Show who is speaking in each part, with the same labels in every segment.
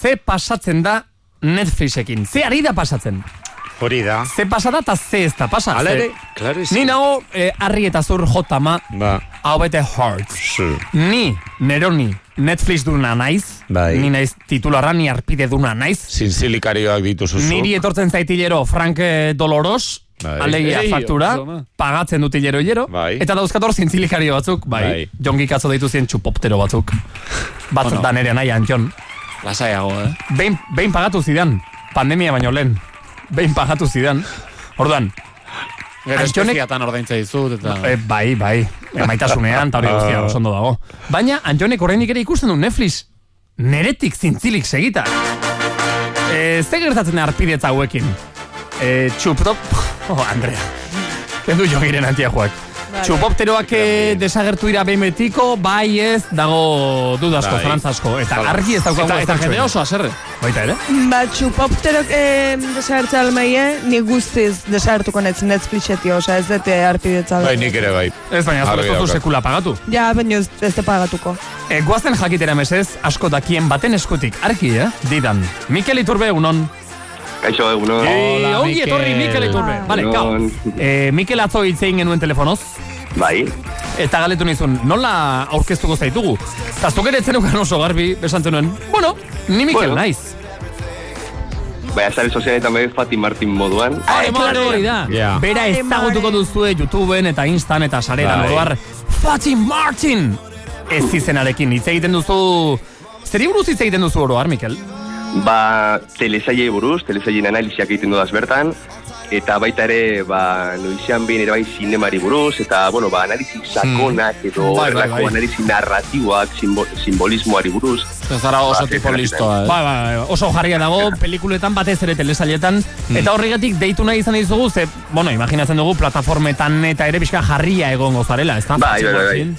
Speaker 1: ze pasatzen da Netflixekin. Ze ari da pasatzen.
Speaker 2: Hori da.
Speaker 1: Ze pasada eta ze ez da pasa.
Speaker 2: Hala
Speaker 1: Ze-
Speaker 2: ere, klaro izan.
Speaker 1: Ni nago eh, arri eta zur jotama,
Speaker 2: Ba,
Speaker 1: hau bete heart.
Speaker 2: zu.
Speaker 1: Ni, neroni, Netflix duna naiz,
Speaker 2: Bai.
Speaker 1: ni naiz titularra, ni arpide duna naiz,
Speaker 2: Zintzilikarioak dituzu zu.
Speaker 1: niri etortzen zaitilero Frank eh, Doloros,
Speaker 2: Bai.
Speaker 1: alegia
Speaker 3: Ei,
Speaker 1: faktura,
Speaker 3: zona.
Speaker 1: pagatzen dut hilero hilero,
Speaker 2: Bai.
Speaker 1: eta dauzkator zintzilikario batzuk, bai,
Speaker 2: Bai.
Speaker 1: Jon Gikatzo deitu zien txupoptero batzuk. Batzuk da nere nahian, Jon.
Speaker 3: Lasaiago, eh?
Speaker 1: Behin, behin pagatu zidan, pandemia baino lehen, behin pagatu zidan. Orduan,
Speaker 3: Gero
Speaker 1: Antxonek-
Speaker 3: espeziatan ordaintza dizut, eta...
Speaker 1: E, bai, bai, e, maitasunean, eta hori guztia
Speaker 3: Ah.
Speaker 1: oso ondo dago. Baina, Antxonek oraindik ere ikusten du Netflix, neretik zintzilik segita. E, ze gertatzen da arpidetza hauekin? E, txuptop... Oh, Andrea. Kendu jo giren antiajoak. Txupopteroak eh, desagertu dira behin betiko, bai ez, dago dudasko,
Speaker 2: Bai.
Speaker 1: frantzasko. Eta
Speaker 2: Hala.
Speaker 1: argi ez daukagu
Speaker 3: Eta, eta
Speaker 1: ezertxo
Speaker 3: jende
Speaker 1: egin.
Speaker 3: oso aserre.
Speaker 1: Baita ere?
Speaker 4: Ba, txupopterok eh, desagertza almaie, ni guztiz desagertuko netz Netflixeti, osa ez eh, dute arpidetza.
Speaker 2: Bai, nik ere bai.
Speaker 1: Ez baina,
Speaker 2: Argi
Speaker 1: ez duzu
Speaker 2: daukat.
Speaker 1: sekula pagatu.
Speaker 4: Ja, baina ez, ez te pagatuko.
Speaker 1: E, guazen jakitera mesez, asko dakien baten eskutik, arki, eh? Didan. Mikel Iturbe, unon.
Speaker 5: Kaixo, egunon.
Speaker 1: Ei,
Speaker 3: Hola,
Speaker 1: ongi
Speaker 3: Mikel.
Speaker 1: etorri Mikel Iturbe. Vale, kao.
Speaker 5: Egunon.
Speaker 1: E, Mikel atzo itzein genuen telefonoz,
Speaker 5: Bai,
Speaker 1: eta galetu nizun, nola aurkeztuko zaitugu? Eta zuk ere etzen euken oso garbi, esan zenuen, bueno, ni Mikel
Speaker 5: Bueno.
Speaker 1: naiz.
Speaker 5: bai, azare sozialetan bai Fati Martin moduan.
Speaker 3: Ah,
Speaker 1: Are, mare, hori da.
Speaker 2: Ja.
Speaker 1: Bera
Speaker 4: Are,
Speaker 1: ezagutuko
Speaker 4: mare.
Speaker 1: duzue YouTubeen eta Instan eta sarean
Speaker 2: Bai.
Speaker 1: oroar. Fati Martin! Ez izenarekin, hitz egiten duzu... Zeri buruz hitz egiten duzu oroar, Mikel?
Speaker 5: Ba, telesailei buruz, telesailin analiziak egiten dudaz bertan, eta baita ere, ba, noizean behin ere bai zinemari buruz, eta, bueno, ba, analizi sakonak edo
Speaker 3: Hmm. Bai, bai,
Speaker 5: horrelako
Speaker 3: bai.
Speaker 5: analizi narratiboak, simbo, simbolismoari buruz.
Speaker 3: Ez zara oso tipo listoa, eh?
Speaker 1: Ba, ba, ba, oso jarria dago, pelikuletan batez ere telesailetan,
Speaker 5: Hmm.
Speaker 1: eta horregatik deitu nahi izan dizugu, ze, bueno, imaginatzen dugu, plataformetan eta ere pixka jarria egongo zarela, ez da?
Speaker 5: Bai, bai, bai, bai.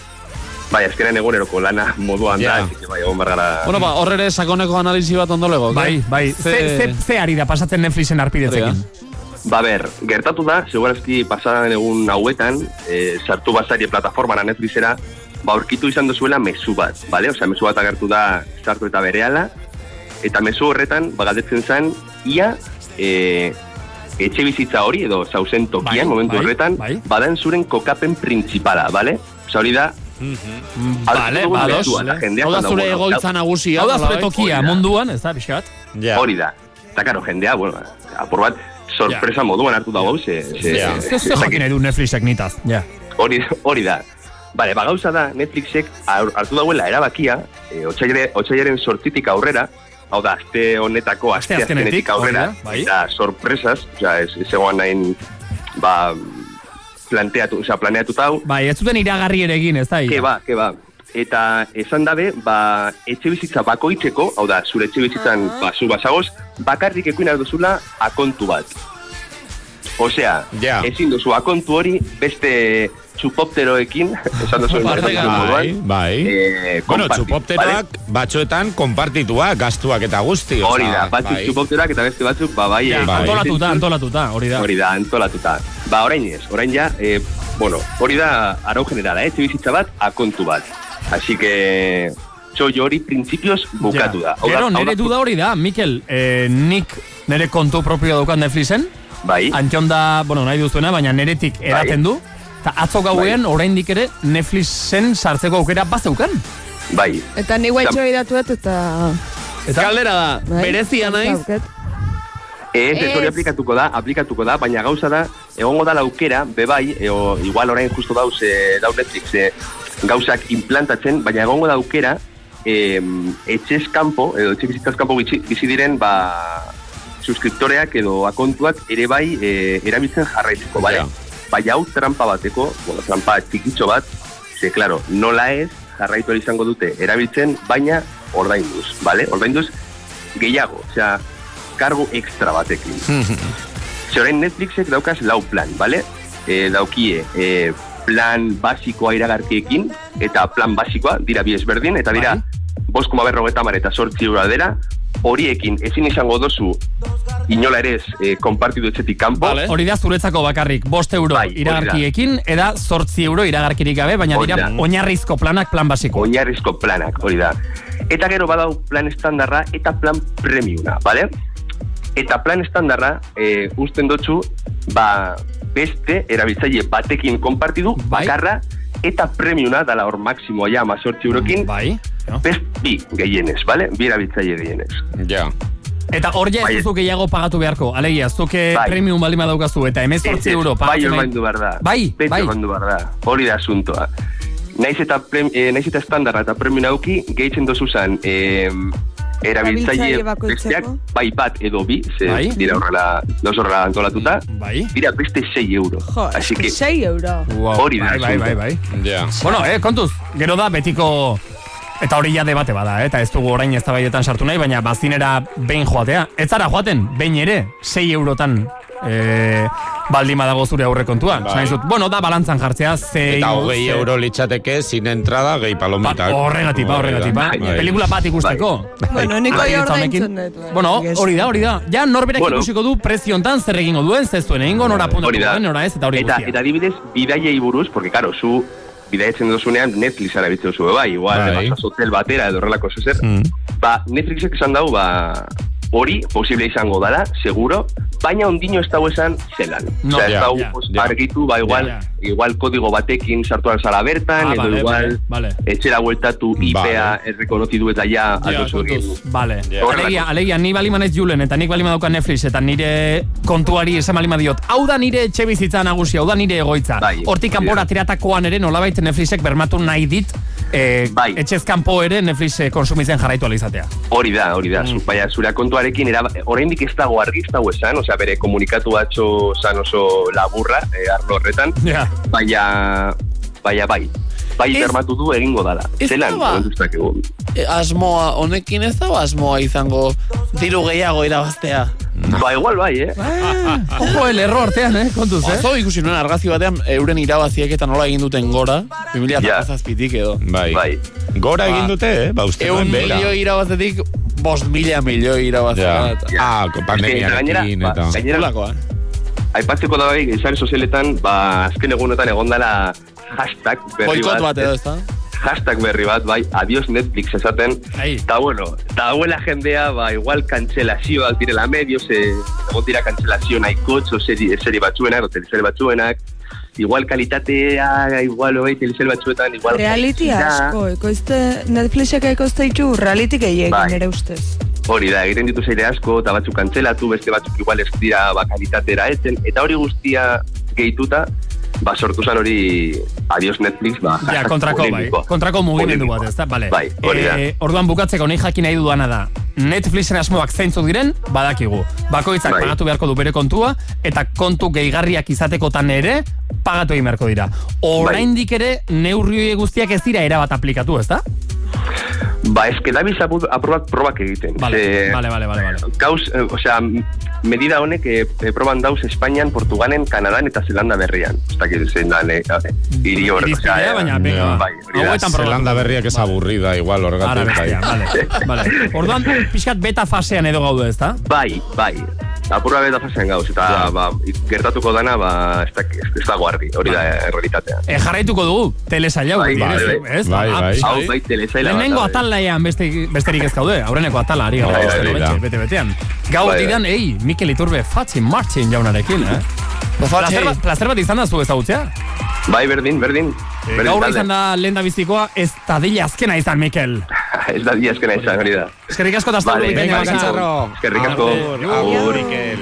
Speaker 5: Bai, azkenean eguneroko lana moduan
Speaker 2: Ja.
Speaker 5: da, así que, bai, egon bargara...
Speaker 3: Bueno, ba, horre ere sakoneko analizi bat ondo lego,
Speaker 1: Bai, bai. Ze, ze, ze ari da pasatzen Netflixen arpidetzekin?
Speaker 5: Ba, ber, gertatu da, segurazki pasadan egun hauetan, e, sartu bazarie plataformara Netflixera, ba, aurkitu izan duzuela mezu bat, bale? Osea, mezu bat agertu da sartu eta berehala, eta mezu horretan, ba, galdetzen zen, ia, e, etxe bizitza hori, edo zauzen tokian,
Speaker 1: Bai,
Speaker 5: momentu
Speaker 1: bai,
Speaker 5: horretan,
Speaker 1: bai.
Speaker 5: badan zuren kokapen printzipala, bale? Osea, hori da,
Speaker 3: Bale,
Speaker 5: Aurkitu dugun
Speaker 3: ba, dos.
Speaker 5: mezua, eta jendea
Speaker 3: Hau da
Speaker 5: esan da,
Speaker 3: zure
Speaker 5: bueno,
Speaker 3: egoitza nagusia.
Speaker 1: Hau da zure
Speaker 3: nolabait.
Speaker 1: tokia
Speaker 5: hori da.
Speaker 1: munduan, ez da, pixka bat?
Speaker 2: Ja.
Speaker 5: hori da. Eta, karo, jendea, bueno, apur bat, sorpresa moduan hartu dago, ze... ze-
Speaker 2: Ja.
Speaker 1: Ez ze jakin nahi du Netflixek nitaz. Ja.
Speaker 5: Hori, hori da. Bale, ba gauza da Netflixek aur- hartu dauela erabakia, e, otxailaren, otxailaren sortzitik aurrera, hau da, aste honetako aste,
Speaker 1: Aste azkenetik,
Speaker 5: azkenetik aurrera,
Speaker 1: hori da, bai.
Speaker 5: eta sorpresas, osea, ez, ez egoan nahin, ba, planteatu, osea, planeatu tau,
Speaker 1: Bai, ez zuten iragarri ere egin, ez da? ia.
Speaker 5: ke ba, ke ba. Eta esan dabe, ba, etxe bizitza bakoitzeko, hau da, zure etxe bizitzan, ba, zu bazagoz, bakarrik ekuin duzula akontu bat. Osea,
Speaker 2: Ja.
Speaker 5: ezin duzu akontu hori beste txupopteroekin, esan duzu
Speaker 3: Parteka,
Speaker 2: Bai, bai.
Speaker 5: eh,
Speaker 2: Bueno,
Speaker 5: konparti,
Speaker 2: txupopteroak batzuetan konpartituak, gastuak eta guzti.
Speaker 5: bale? Hori
Speaker 2: osea,
Speaker 5: da, batzuk
Speaker 2: bai.
Speaker 5: txupopteroak eta beste batzuk, ba, bai,
Speaker 1: Ja,
Speaker 5: eh,
Speaker 2: bai.
Speaker 1: Antolatuta, antolatuta, hori da.
Speaker 5: Hori da, antolatuta. Ba, orain ez, orain ja, eh, bueno, hori da arau generala, eh, bizitza bat, akontu bat. Así que, txoi hori printzipioz bukatu da. Hau da-
Speaker 1: Gero,
Speaker 5: hau da-
Speaker 1: nire duda hori da, Mikel, eh, nik nire kontu propioa daukat Netflixen,
Speaker 5: Bai,
Speaker 1: Antion da, bueno, nahi duzuena, baina neretik eraten du. Eta atzo gauean, oraindik ere, Netflixen sartzeko aukera bazeukan.
Speaker 5: bai.
Speaker 4: Eta ni guaitxo datuet eta...
Speaker 1: Eta
Speaker 3: Galdera da,
Speaker 4: bai,
Speaker 3: berezia
Speaker 4: ez
Speaker 3: naiz.
Speaker 4: daukat.
Speaker 5: Ez, ez
Speaker 4: Ez.
Speaker 5: hori Eh, aplikatuko da, aplikatuko da, baina gauza da, egongo da laukera, bebai, eo, bai, e, igual orain justo dauz, e, dau Netflix, eh, gauzak implantatzen, baina egongo da aukera, eh, etxez kanpo, edo etxe bizitzaz kanpo bizi, bizi diren, ba, suskriptoreak edo akontuak ere bai eh, erabiltzen jarraitzeko, bale?
Speaker 2: Ja.
Speaker 5: Baina hau trampa bateko, bueno, trampa txikitxo bat, ze, claro, nola ez, jarraitu ahal izango dute erabiltzen, baina ordainduz, bale? Ordainduz gehiago, osea, kargo extra batekin. Ze orain Netflixek daukaz lau plan, bale? E, daukie e, plan basikoa iragarkiekin, eta plan basikoa dira bi ezberdin, eta dira bost koma berrogeita hamar eta sortzi euro dela, horiekin ezin izango dozu inola ere ez e, konpartidu etxetik kanpo,
Speaker 3: Vale.
Speaker 1: Hori da zuretzako bakarrik, bost euro
Speaker 5: Bai, hori da.
Speaker 1: iragarkiekin, eda zortzi euro iragarkirik gabe, baina
Speaker 5: Hori
Speaker 1: dira
Speaker 5: da.
Speaker 1: oinarrizko planak plan basiko.
Speaker 5: oinarrizko planak, hori da. Eta gero badau plan estandarra eta plan premiuna, bale? Eta plan estandarra e, usten dotzu, ba, beste erabiltzaile batekin konpartidu,
Speaker 1: Bai.
Speaker 5: bakarra, eta premiuna dala hor maksimoa ja, mazortzi eurokin,
Speaker 1: Bai. jo.
Speaker 5: best bi gehienez, bale? Bi erabiltzaile gehienez.
Speaker 2: Ja.
Speaker 1: Eta hor ja ez
Speaker 5: Bai.
Speaker 1: duzu gehiago pagatu beharko. Alegia, zuke
Speaker 5: Bai.
Speaker 1: premium balima daukazu eta
Speaker 5: Ez,
Speaker 1: 18
Speaker 5: ez,
Speaker 1: euro
Speaker 5: Bai
Speaker 1: pagatzen nahi-
Speaker 5: ordaindu behar da.
Speaker 1: Bai,
Speaker 5: Beti
Speaker 1: bai.
Speaker 5: ordaindu behar da. Hori da asuntoa. Naiz eta, prem, eh, naiz eta estandarra eta premium nauki, gehitzen dozu zan, eh, erabiltzaile
Speaker 4: Erabiltzaile bakoitzeko.
Speaker 5: besteak, bai bat edo bi, ze
Speaker 1: Bai.
Speaker 5: dira horrela, dos horrela antolatuta,
Speaker 1: Bai.
Speaker 5: dira beste 6 euro.
Speaker 4: Jo,
Speaker 5: Así que,
Speaker 4: 6 euro.
Speaker 1: Wow,
Speaker 5: Hori da
Speaker 1: bai, bai, bai, bai.
Speaker 5: asunto.
Speaker 2: Ja.
Speaker 1: Bueno, eh, kontuz, gero da betiko eta hori ja debate bada, eh, eta ez dugu orain eztabaidetan sartu nahi, baina bazinera behin joatea. Ez zara joaten, behin ere, 6 eurotan eh, baldin badago zure aurrekontua.
Speaker 2: Bai.
Speaker 1: Esan dizut, bueno, da balantzan jartzea, ze...
Speaker 2: Eta
Speaker 1: ingo-
Speaker 2: hogei
Speaker 1: ze-
Speaker 2: euro litzateke zin entrada gehi
Speaker 1: Ba,
Speaker 2: palomita.
Speaker 1: horregatik, ba, horregatik, ba.
Speaker 5: Bai.
Speaker 1: Pelikula bat ikusteko.
Speaker 4: Bueno, niko
Speaker 1: Adibidez
Speaker 4: jordaintzen
Speaker 1: honekin.
Speaker 4: dut. bai.
Speaker 1: Bueno,
Speaker 4: Ez.
Speaker 1: hori da, hori da. Ja, norberak
Speaker 5: Bueno.
Speaker 1: ikusiko du prezio hontan zer egingo duen, ez zuen egingo, nora apuntatu
Speaker 5: hori da.
Speaker 1: duen, nora ez, eta hori
Speaker 5: eta,
Speaker 1: guztia.
Speaker 5: eta adibidez, bidaiei buruz, porque, karo, zu bidaiatzen dozunean Netflix arabitzen duzu, bai, igual,
Speaker 2: Bai.
Speaker 5: bai. hotel batera edo horrelako zezer,
Speaker 1: Mm.
Speaker 5: ba, Netflixek esan dau, ba, hori posible izango dala, seguro, baina ondino ez dago esan zelan.
Speaker 1: No,
Speaker 5: Osea,
Speaker 2: ja,
Speaker 5: ez dago
Speaker 1: ja,
Speaker 5: pues,
Speaker 2: ja.
Speaker 5: argitu, ba, igual,
Speaker 1: Ja,
Speaker 5: igual kodigo batekin sartu al zara bertan,
Speaker 1: Ah,
Speaker 5: edo
Speaker 1: vale,
Speaker 5: igual
Speaker 1: vale, vale.
Speaker 5: etxera bueltatu IPA
Speaker 2: Vale.
Speaker 5: errekonozidu eta ja, atozu egin.
Speaker 1: kontuz. Vale.
Speaker 2: Ja.
Speaker 1: Alegia, alegia, ni balima naiz Julen, eta nik balima dauka Netflix, eta nire kontuari esan balima diot. Hau da nire etxe bizitza nagusia, hau da nire egoitza.
Speaker 5: Bai,
Speaker 1: Hortik
Speaker 5: hori
Speaker 1: kanpora
Speaker 5: da.
Speaker 1: ateratakoan ere nolabait Netflixek bermatu nahi dit, eh,
Speaker 5: Bai.
Speaker 1: etxez kanpo ere Netflix konsumitzen jarraitu alizatea.
Speaker 5: Hori da, hori da,
Speaker 3: Mm.
Speaker 5: zu, baina zure kontuarekin, era, oraindik ez dago argi, ez dago esan, osea, bere komunikatu atxo san oso laburra, eh, arlo horretan,
Speaker 1: Ja.
Speaker 5: baina, baina bai, bai
Speaker 3: Ez-
Speaker 5: bermatu du egingo dala.
Speaker 3: ez
Speaker 5: Zelan,
Speaker 3: daba.
Speaker 5: komentuz dakegu.
Speaker 3: E, asmoa, honekin ez dago asmoa izango diru gehiago irabaztea.
Speaker 5: Ba, igual bai, eh?
Speaker 1: Ojo, el error artean, eh, kontuz, eh?
Speaker 3: Atzo ikusi nuen argazki batean euren irabaziek eta nola egin duten gora, 2000
Speaker 5: Ja.
Speaker 3: eta zazpitik edo.
Speaker 2: Bai.
Speaker 5: Bai.
Speaker 2: Gora
Speaker 3: Ba.
Speaker 2: egin dute, eh? Ba, uste
Speaker 3: Eun
Speaker 2: nuen bera.
Speaker 3: milioi irabazetik, bost mila milioi irabaztea.
Speaker 2: Ja.
Speaker 3: eta- eh?
Speaker 2: Ah, pandemiarekin
Speaker 5: Gainera,
Speaker 2: eta...
Speaker 5: ba, gainera-
Speaker 3: Olakoa.
Speaker 5: Aipatzeko da bai, sare sozialetan, ba, azken egunotan egon dela hashtag berri
Speaker 3: Boikot
Speaker 5: bat.
Speaker 3: bat edo, ezta?
Speaker 5: Hashtag berri bat, bai, adios Netflix esaten.
Speaker 1: Ai.
Speaker 5: Eta bueno, eta abuela jendea, ba, igual kantzelazioak direla medio, ze, egon dira kantzelazio nahikotxo, seri, seri batzuenak, o teleserie batzuenak, igual kalitatea, igual hobei teleserie batzuetan, igual...
Speaker 4: Reality
Speaker 5: jaitsida.
Speaker 4: asko, ekoizte, Netflixek ekoizte ditu reality gehiagin
Speaker 5: Bai.
Speaker 4: ere ustez.
Speaker 5: Hori da, egiten ditu zeire asko, eta batzuk kantzelatu, beste batzuk igual ez dira ba, kalitatera eten, eta hori guztia gehituta, ba, sortu zen hori Adios Netflix, ba,
Speaker 1: Ja,
Speaker 5: hashtag
Speaker 1: kontrako, bai.
Speaker 5: polemikoa.
Speaker 1: Kontrako mugimendu bat, ezta? Vale.
Speaker 5: Bai, hori da.
Speaker 1: Eh, orduan bukatzeko nahi jakin nahi dudana da. Netflixen asmoak zeintzuk diren, badakigu. Bakoitzak
Speaker 5: Bai.
Speaker 1: pagatu beharko du bere kontua, eta kontu gehigarriak izatekotan ere, pagatu egin beharko dira. Oraindik
Speaker 5: Bai.
Speaker 1: ere, neurri horiek guztiak ez dira erabat aplikatu, ezta?
Speaker 5: Ba, eske dabiz apu- aprobak probak egiten.
Speaker 1: Vale,
Speaker 5: Ze-
Speaker 1: vale, vale, vale, vale.
Speaker 5: Gauz, eh, osea, m- medida honek eh, eh, proban dauz Espainian, Portugalen, Kanadan eta Zelanda berrian. Ez dakit zein da, eh, hiri hor,
Speaker 1: Mm, Irizpidea,
Speaker 5: eh,
Speaker 1: baina, venga,
Speaker 2: ja.
Speaker 1: ba.
Speaker 5: bai, hori da.
Speaker 1: Hauetan probatu. ba.
Speaker 2: Zelanda berriak ez aburrida,
Speaker 1: Ara,
Speaker 2: igual, horregatik.
Speaker 1: bestia,
Speaker 2: bai.
Speaker 1: vale, vale. Orduan, pixkat beta fasean edo gaude, ezta?
Speaker 5: Bai, bai. Apurra beta fasean gauz, eta ba, gertatuko dana, ba, ez, dak, ez, ez dago argi, hori da errealitatea.
Speaker 1: E, jarraituko dugu, telesail hau.
Speaker 5: Bai,
Speaker 1: direz,
Speaker 5: bai, bai.
Speaker 1: ez?
Speaker 2: Bai,
Speaker 1: Ah,
Speaker 2: bai.
Speaker 1: pixkat,
Speaker 5: Hau
Speaker 1: eh?
Speaker 5: bai telesaila bat.
Speaker 1: Lehenengo
Speaker 5: da, bai.
Speaker 1: atalaian beste, besterik ez gaude, aurreneko atala ari gara.
Speaker 2: Bai,
Speaker 1: beste,
Speaker 2: bai,
Speaker 1: bete,
Speaker 2: bai.
Speaker 1: bete, betean. Gaur
Speaker 5: Bai, bai.
Speaker 1: digan, ei, Mikel Iturbe, Fatzi Martin jaunarekin, eh? Plazer bat, plazer bat izan da zu ezagutzea.
Speaker 5: Bai, berdin, berdin.
Speaker 1: Eh,
Speaker 5: berdin
Speaker 1: Gaur
Speaker 5: talde.
Speaker 1: izan da lehen da bizikoa, ez tadila azkena izan, Mikel.
Speaker 5: ez da dia eskena izan, hori da.
Speaker 1: Eskerrik asko eta azta
Speaker 5: Vale,
Speaker 1: buru bikaina
Speaker 5: venga,
Speaker 1: bakarrik.
Speaker 5: Eskerrik asko.
Speaker 2: Agur, Mikel.